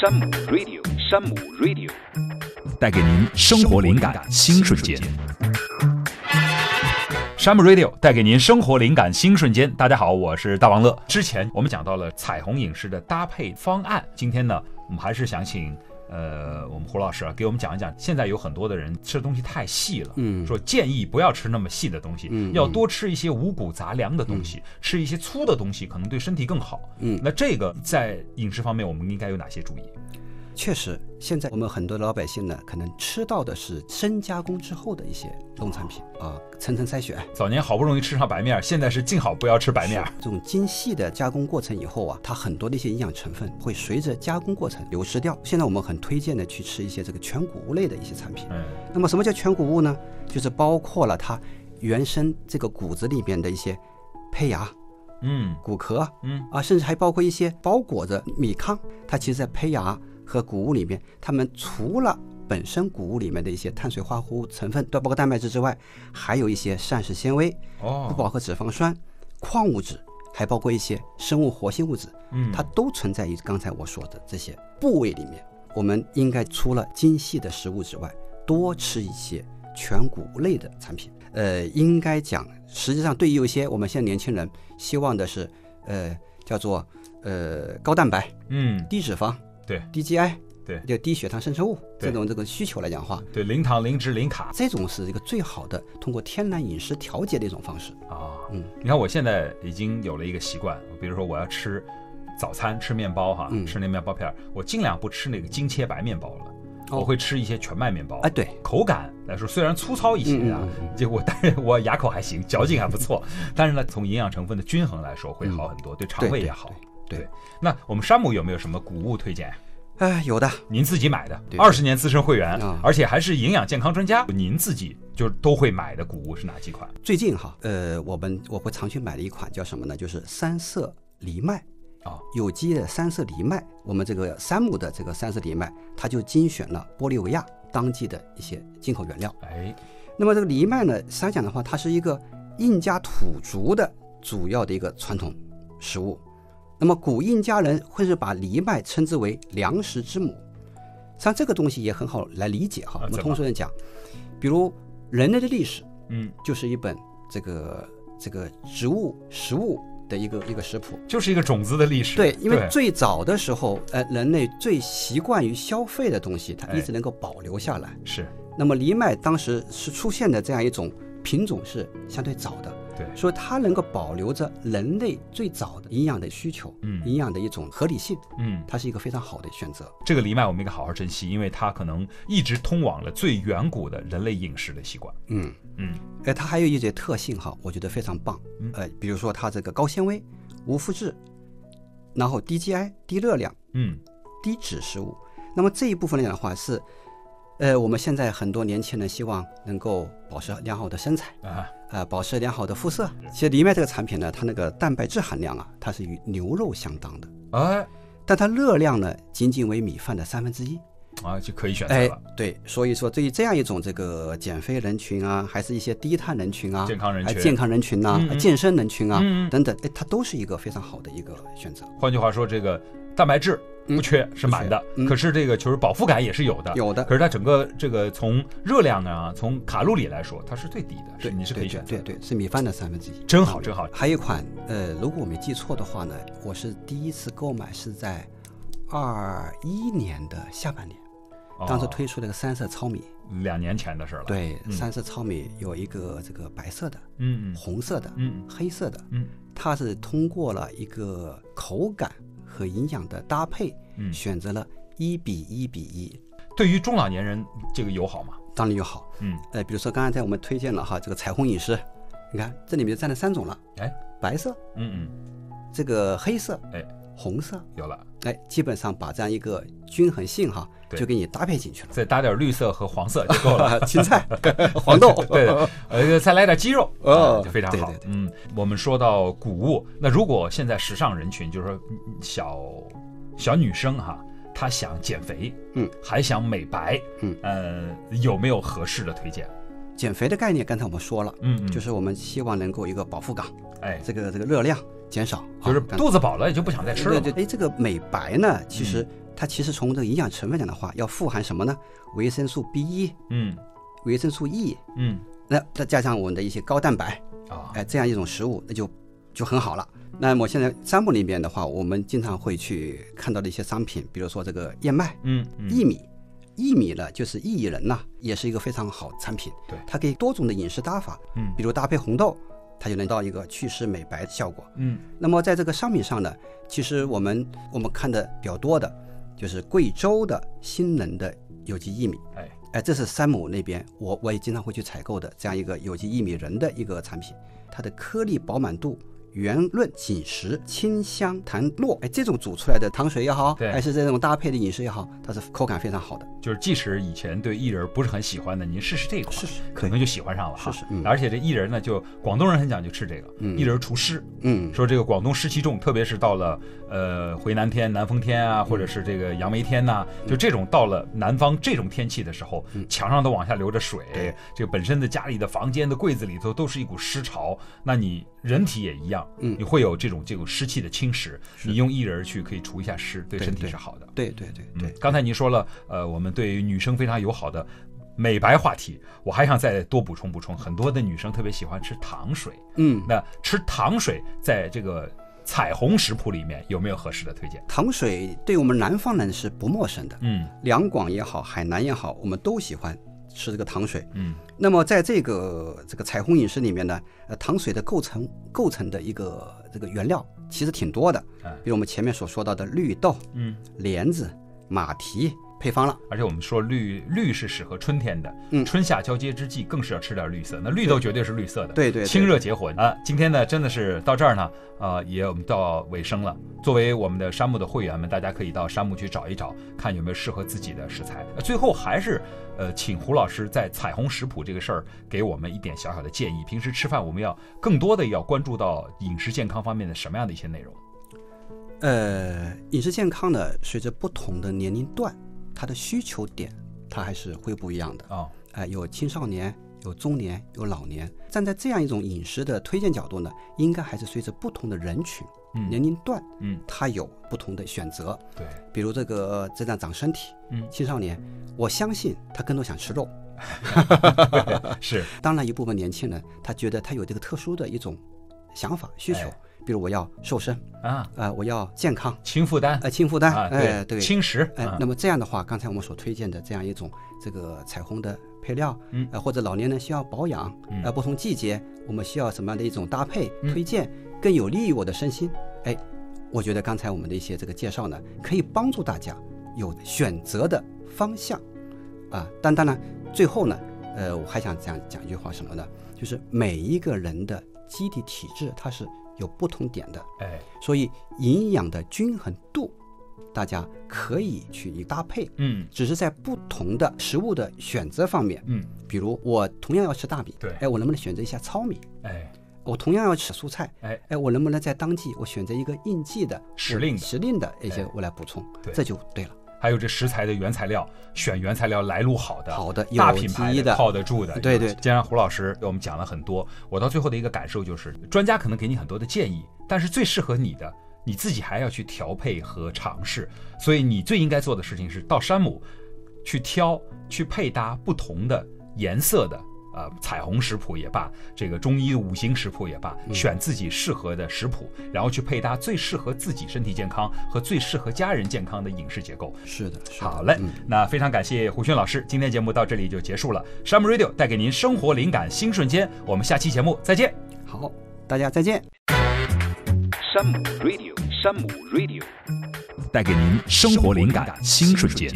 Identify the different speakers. Speaker 1: 山姆 Radio，山姆 Radio，
Speaker 2: 带给您生活灵感新瞬间。山姆 Radio 带给您生活灵感新瞬间。大家好，我是大王乐。之前我们讲到了彩虹饮食的搭配方案，今天呢，我们还是想请呃我们胡老师啊，给我们讲一讲。现在有很多的人吃的东西太细了，
Speaker 3: 嗯
Speaker 2: 说建议不要吃那么细的东西，
Speaker 3: 嗯
Speaker 2: 要多吃一些五谷杂粮的东西，吃一些粗的东西，可能对身体更好。
Speaker 3: 嗯
Speaker 2: 那这个在饮食方面，我们应该有哪些注意？
Speaker 3: 确实，现在我们很多老百姓呢，可能吃到的是深加工之后的一些农产品啊，层层筛选。
Speaker 2: 早年好不容易吃上白面儿，现在是尽好不要吃白面儿。
Speaker 3: 这种精细的加工过程以后啊，它很多的一些营养成分会随着加工过程流失掉。现在我们很推荐的去吃一些这个全谷物类的一些产品。
Speaker 2: 嗯
Speaker 3: 那么什么叫全谷物呢？就是包括了它原生这个谷子里面的一些胚芽、
Speaker 2: 嗯
Speaker 3: 骨壳
Speaker 2: 嗯
Speaker 3: 啊，甚至还包括一些包裹着米糠。它其实，在胚芽和谷物里面，它们除了本身谷物里面的一些碳水化合物成分，包括蛋白质之外，还有一些膳食纤维、不
Speaker 2: 哦，
Speaker 3: 饱和脂肪酸、矿物质，还包括一些生物活性物质，
Speaker 2: 嗯
Speaker 3: 它都存在于刚才我说的这些部位里面。我们应该除了精细的食物之外，多吃一些全谷类的产品。呃，应该讲，实际上对于有一些我们现在年轻人希望的是，呃，叫做呃高蛋白、
Speaker 2: 嗯
Speaker 3: 低脂肪、
Speaker 2: 对
Speaker 3: 低 GI、
Speaker 2: 对
Speaker 3: 就低血糖生成物
Speaker 2: 对
Speaker 3: 这种这个需求来讲的话，
Speaker 2: 对，零糖零脂零卡
Speaker 3: 这种是一个最好的通过天然饮食调节的一种方式。
Speaker 2: 啊。
Speaker 3: 嗯，
Speaker 2: 你看我现在已经有了一个习惯，比如说我要吃早餐吃面包哈，
Speaker 3: 嗯
Speaker 2: 吃那面包片儿，我尽量不吃那个精切白面包了，
Speaker 3: 哦
Speaker 2: 我会吃一些全麦面包。
Speaker 3: 哎，对，
Speaker 2: 口感来说虽然粗糙一些啊
Speaker 3: 嗯嗯，
Speaker 2: 结果但是我牙口还行，嚼劲还不错。但是呢，从营养成分的均衡来说会好很多，对肠
Speaker 3: 嗯对
Speaker 2: 胃
Speaker 3: 对
Speaker 2: 也好。
Speaker 3: 对对
Speaker 2: 那我们山姆有没有什么谷物推荐？
Speaker 3: 哎，有的，
Speaker 2: 您自己买的，
Speaker 3: 对
Speaker 2: 二十年资深会员
Speaker 3: 啊，
Speaker 2: 而且还是营养健康专家，您自己就都会买的谷物是哪几款？
Speaker 3: 最近哈，呃，我们我会常去买的一款叫什么呢？就是三色藜麦
Speaker 2: 哦
Speaker 3: 有机的三色藜麦。我们这个山姆的这个三色藜麦，它就精选了玻利维亚当季的一些进口原料。
Speaker 2: 哎，
Speaker 3: 那么这个藜麦呢，实际上讲的话，它是一个印加土族的主要的一个传统食物。那么古印加人会是把藜麦称之为粮食之母。实际上这个东西也很好来理解哈
Speaker 2: 啊，
Speaker 3: 我们
Speaker 2: 怎么
Speaker 3: 通俗人讲，比如人类的历史，
Speaker 2: 嗯，
Speaker 3: 就是一本这个这个植物食物的一个一个食谱。
Speaker 2: 就是一个种子的历史。
Speaker 3: 对，因为最早的时候，呃，人类最习惯于消费的东西，它
Speaker 2: 哎
Speaker 3: 一直能够保留下来。
Speaker 2: 是
Speaker 3: 那么藜麦当时是出现的这样一种品种是相对早的，
Speaker 2: 对，
Speaker 3: 所以它能够保留着人类最早的营养的需求，
Speaker 2: 嗯
Speaker 3: 营养的一种合理性，
Speaker 2: 嗯，
Speaker 3: 它是一个非常好的选择。
Speaker 2: 这个藜麦我们应该好好珍惜，因为它可能一直通往了最远古的人类饮食的习惯。
Speaker 3: 嗯，
Speaker 2: 嗯，
Speaker 3: 呃，它还有一些特性哈，我觉得非常棒
Speaker 2: 嗯。
Speaker 3: 呃，比如说它这个高纤维、无麸质，然后低 GI、低热量、
Speaker 2: 嗯，
Speaker 3: 低脂食物。那么这一部分来讲的话是，呃，我们现在很多年轻人希望能够保持良好的身材，
Speaker 2: 啊，
Speaker 3: 呃，保持良好的肤色。其实藜麦这个产品呢，它那个蛋白质含量啊，它是与牛肉相当的，
Speaker 2: 哎，
Speaker 3: 但它热量呢，仅仅为米饭的三分之一。
Speaker 2: 啊，就可以选择
Speaker 3: 哎
Speaker 2: 了。，
Speaker 3: 对，所以说对于这样一种这个减肥人群啊，还是一些低碳人群啊，
Speaker 2: 健康人群
Speaker 3: 哎健康人群呐、
Speaker 2: 嗯嗯
Speaker 3: 健身人群啊、
Speaker 2: 嗯嗯啊
Speaker 3: 等等，哎，它都是一个非常好的一个选择。
Speaker 2: 换句话说，这个蛋白质不缺是满的，
Speaker 3: 嗯
Speaker 2: 可是这个就是饱腹感也是有的，
Speaker 3: 有的
Speaker 2: 可是它整个这个从热量啊，从卡路里来说，它是最低的，是
Speaker 3: 对，
Speaker 2: 你是可以
Speaker 3: 对
Speaker 2: 选择
Speaker 3: 对
Speaker 2: 的。
Speaker 3: 对对，是米饭的三分之一，啊
Speaker 2: 真好真好
Speaker 3: 还有一款，呃，如果我没记错的话呢，我是第一次购买是在二一年的下半年，
Speaker 2: 哦嗯
Speaker 3: 当时推出了个三色糙米。
Speaker 2: 两年前的事了。，
Speaker 3: 对，
Speaker 2: 嗯
Speaker 3: 三色糙米有一个这个白色的、
Speaker 2: 嗯
Speaker 3: 红色的、
Speaker 2: 嗯
Speaker 3: 黑色的，
Speaker 2: 嗯
Speaker 3: 它是通过了一个口感和营养的搭配，
Speaker 2: 嗯
Speaker 3: 选择了一比一比一，
Speaker 2: 嗯，对于中老年人这个友好吗？
Speaker 3: 当然又好。
Speaker 2: 嗯，
Speaker 3: 呃，比如说刚才我们推荐了哈这个彩虹饮食，你看这里面占了三种了，
Speaker 2: 哎，
Speaker 3: 白色、
Speaker 2: 嗯嗯，
Speaker 3: 这个黑色、
Speaker 2: 哎，
Speaker 3: 红色，
Speaker 2: 有了，
Speaker 3: 哎，基本上把这样一个均衡性哈
Speaker 2: 对
Speaker 3: 就给你搭配进去了。
Speaker 2: 再搭点绿色和黄色就够了。
Speaker 3: 青菜、黄豆，
Speaker 2: 对，呃，再来点鸡肉，
Speaker 3: 哦
Speaker 2: 啊就非常好
Speaker 3: 对对。对
Speaker 2: 嗯，我们说到谷物，那如果现在时尚人群，就是说嗯小小女生哈、她想减肥，
Speaker 3: 嗯，
Speaker 2: 还想美白，
Speaker 3: 嗯，
Speaker 2: 呃，有没有合适的推荐？
Speaker 3: 减肥的概念刚才我们说了，
Speaker 2: 嗯，嗯
Speaker 3: 就是我们希望能够一个饱腹感，
Speaker 2: 哎，
Speaker 3: 这个这个热量减少，
Speaker 2: 就是
Speaker 3: 啊
Speaker 2: 肚子饱了也就不想再吃了嘛。嗯
Speaker 3: 对对，哎，这个美白呢，其实它其实从这个营养成分讲的话，要富含什么呢？维生素 B 一、
Speaker 2: 嗯
Speaker 3: 维生素 E，
Speaker 2: 嗯
Speaker 3: 那再加上我们的一些高蛋白，
Speaker 2: 啊
Speaker 3: 哎，这样一种食物，那就就很好了。那么现在山姆里面的话，我们经常会去看到的一些商品，比如说这个燕麦、
Speaker 2: 嗯
Speaker 3: 薏
Speaker 2: 嗯
Speaker 3: 米，薏米呢就是薏苡仁呐，也是一个非常好产品。
Speaker 2: 对
Speaker 3: 它可以多种的饮食搭法，
Speaker 2: 嗯
Speaker 3: 比如搭配红豆，它就能到一个祛湿美白的效果。
Speaker 2: 嗯
Speaker 3: 那么在这个商品上呢，其实我们我们看的比较多的就是贵州的新能的有机薏米，
Speaker 2: 哎
Speaker 3: 哎，这是山姆那边我我也经常会去采购的这样一个有机薏米仁的一个产品，它的颗粒饱满度。圆润、紧实、清香、弹糯，哎，这种煮出来的糖水也好，
Speaker 2: 对
Speaker 3: 还是这种搭配的饮食也好，它是口感非常好的。
Speaker 2: 就是即使以前对薏仁不是很喜欢的，您试试这一款，
Speaker 3: 是是
Speaker 2: 可能就喜欢上了哈。
Speaker 3: 是是嗯
Speaker 2: 而且这薏仁呢，就广东人很讲究吃这个，
Speaker 3: 嗯
Speaker 2: 薏仁除湿，
Speaker 3: 嗯，
Speaker 2: 说这个广东湿气重，特别是到了呃回南天、南风天
Speaker 3: 嗯
Speaker 2: 啊，或者是这个杨梅天呐、就这种到了南方这种天气的时候，墙上都往下流着水，
Speaker 3: 嗯对
Speaker 2: 这个本身的家里的房间的柜子里头都是一股湿潮，那你人体也一样，
Speaker 3: 嗯
Speaker 2: 你会有这种这种湿气的侵蚀，你用薏仁去可以除一下湿，对
Speaker 3: 对
Speaker 2: 身体
Speaker 3: 对
Speaker 2: 是好的。
Speaker 3: 对对对对，
Speaker 2: 嗯，刚才您说了，呃，我们对于女生非常友好的美白话题，我还想再多补充补充。很多的女生特别喜欢吃糖水，
Speaker 3: 嗯，
Speaker 2: 那吃糖水在这个彩虹食谱里面有没有合适的推荐？
Speaker 3: 糖水对我们南方人是不陌生的，
Speaker 2: 嗯
Speaker 3: 两广也好，海南也好，我们都喜欢吃这个糖水。
Speaker 2: 嗯
Speaker 3: 那么在这个这个彩虹饮食里面呢，呃，糖水的构成构成的一个这个原料其实挺多的
Speaker 2: 哎，
Speaker 3: 比如我们前面所说到的绿豆、
Speaker 2: 嗯，
Speaker 3: 莲子、马蹄配方了。
Speaker 2: 而且我们说绿绿是适合春天的，
Speaker 3: 嗯
Speaker 2: 春夏交接之际更是要吃点绿色。那绿豆绝对是绿色的，
Speaker 3: 对对对
Speaker 2: 清热结魂啊！今天呢，真的是到这儿呢，呃，也我们到尾声了。作为我们的山姆的会员们，大家可以到山姆去找一找，看有没有适合自己的食材。呃最后还是，呃，请胡老师在彩虹食谱这个事儿给我们一点小小的建议。平时吃饭我们要更多的要关注到饮食健康方面的什么样的一些内容？
Speaker 3: 呃，饮食健康呢，随着不同的年龄段，它的需求点它还是会不一样的。
Speaker 2: 啊、
Speaker 3: 哎、有青少年，有中年，有老年。站在这样一种饮食的推荐角度呢，应该还是随着不同的人群、
Speaker 2: 嗯
Speaker 3: 年龄段，
Speaker 2: 嗯，
Speaker 3: 它有不同的选择。
Speaker 2: 对，
Speaker 3: 比如这个增长长身体，
Speaker 2: 嗯
Speaker 3: 青少年，我相信他更多想吃肉。呃
Speaker 2: 是，
Speaker 3: 当然，一部分年轻人他觉得他有这个特殊的一种想法需求
Speaker 2: 哎，
Speaker 3: 比如我要瘦身，
Speaker 2: 啊，
Speaker 3: 呃，我要 健康，
Speaker 2: 轻负担
Speaker 3: 呃，轻负担
Speaker 2: 啊，，
Speaker 3: 哎，对，
Speaker 2: 轻食，
Speaker 3: 哎
Speaker 2: 啊，
Speaker 3: 那么这样的话，刚才我们所推荐的这样一种这个彩虹的配料，
Speaker 2: 嗯
Speaker 3: 呃，或者老年人需要保养，
Speaker 2: 嗯
Speaker 3: 呃，不同季节我们需要什么样的一种搭配
Speaker 2: 嗯
Speaker 3: 推荐，更有利于我的身心，哎，我觉得刚才我们的一些这个介绍呢，可以帮助大家有选择的方向，啊，但当然最后呢，呃，我还想讲讲一句话什么呢？就是每一个人的机体体质它是有不同点的，
Speaker 2: 哎，
Speaker 3: 所以营养的均衡度，大家可以去搭配，
Speaker 2: 嗯
Speaker 3: 只是在不同的食物的选择方面，
Speaker 2: 嗯，
Speaker 3: 比如我同样要吃大米，
Speaker 2: 对
Speaker 3: 哎，我能不能选择一下糙米？
Speaker 2: 哎
Speaker 3: 我同样要吃蔬菜，
Speaker 2: 哎，
Speaker 3: 哎，我能不能在当季我选择一个应季的
Speaker 2: 时令的
Speaker 3: 时令的一些
Speaker 2: 哎
Speaker 3: 我来补充，
Speaker 2: 对
Speaker 3: 这就对了。
Speaker 2: 还有这食材的原材料，选原材料来路好的、
Speaker 3: 好的
Speaker 2: 大
Speaker 3: 有
Speaker 2: 品牌
Speaker 3: 机的
Speaker 2: 靠得住的。
Speaker 3: 对对
Speaker 2: 既然胡老师给我们讲了很多，我到最后的一个感受就是，专家可能给你很多的建议，但是最适合你的，你自己还要去调配和尝试。所以你最应该做的事情是到山姆去挑、去配搭不同的颜色的。呃，彩虹食谱也罢，这个中医五行食谱也罢，
Speaker 3: 嗯
Speaker 2: 选自己适合的食谱，然后去配搭最适合自己身体健康和最适合家人健康的饮食结构。
Speaker 3: 是的，是的
Speaker 2: 好嘞，
Speaker 3: 嗯
Speaker 2: 那非常感谢胡军老师，今天节目到这里就结束了。s h a m Radio 带给您生活灵感新瞬间，我们下期节目再见。
Speaker 3: 好，大家再见。
Speaker 1: Some Radio, Some Radio.
Speaker 2: 带给您生活灵感新瞬间。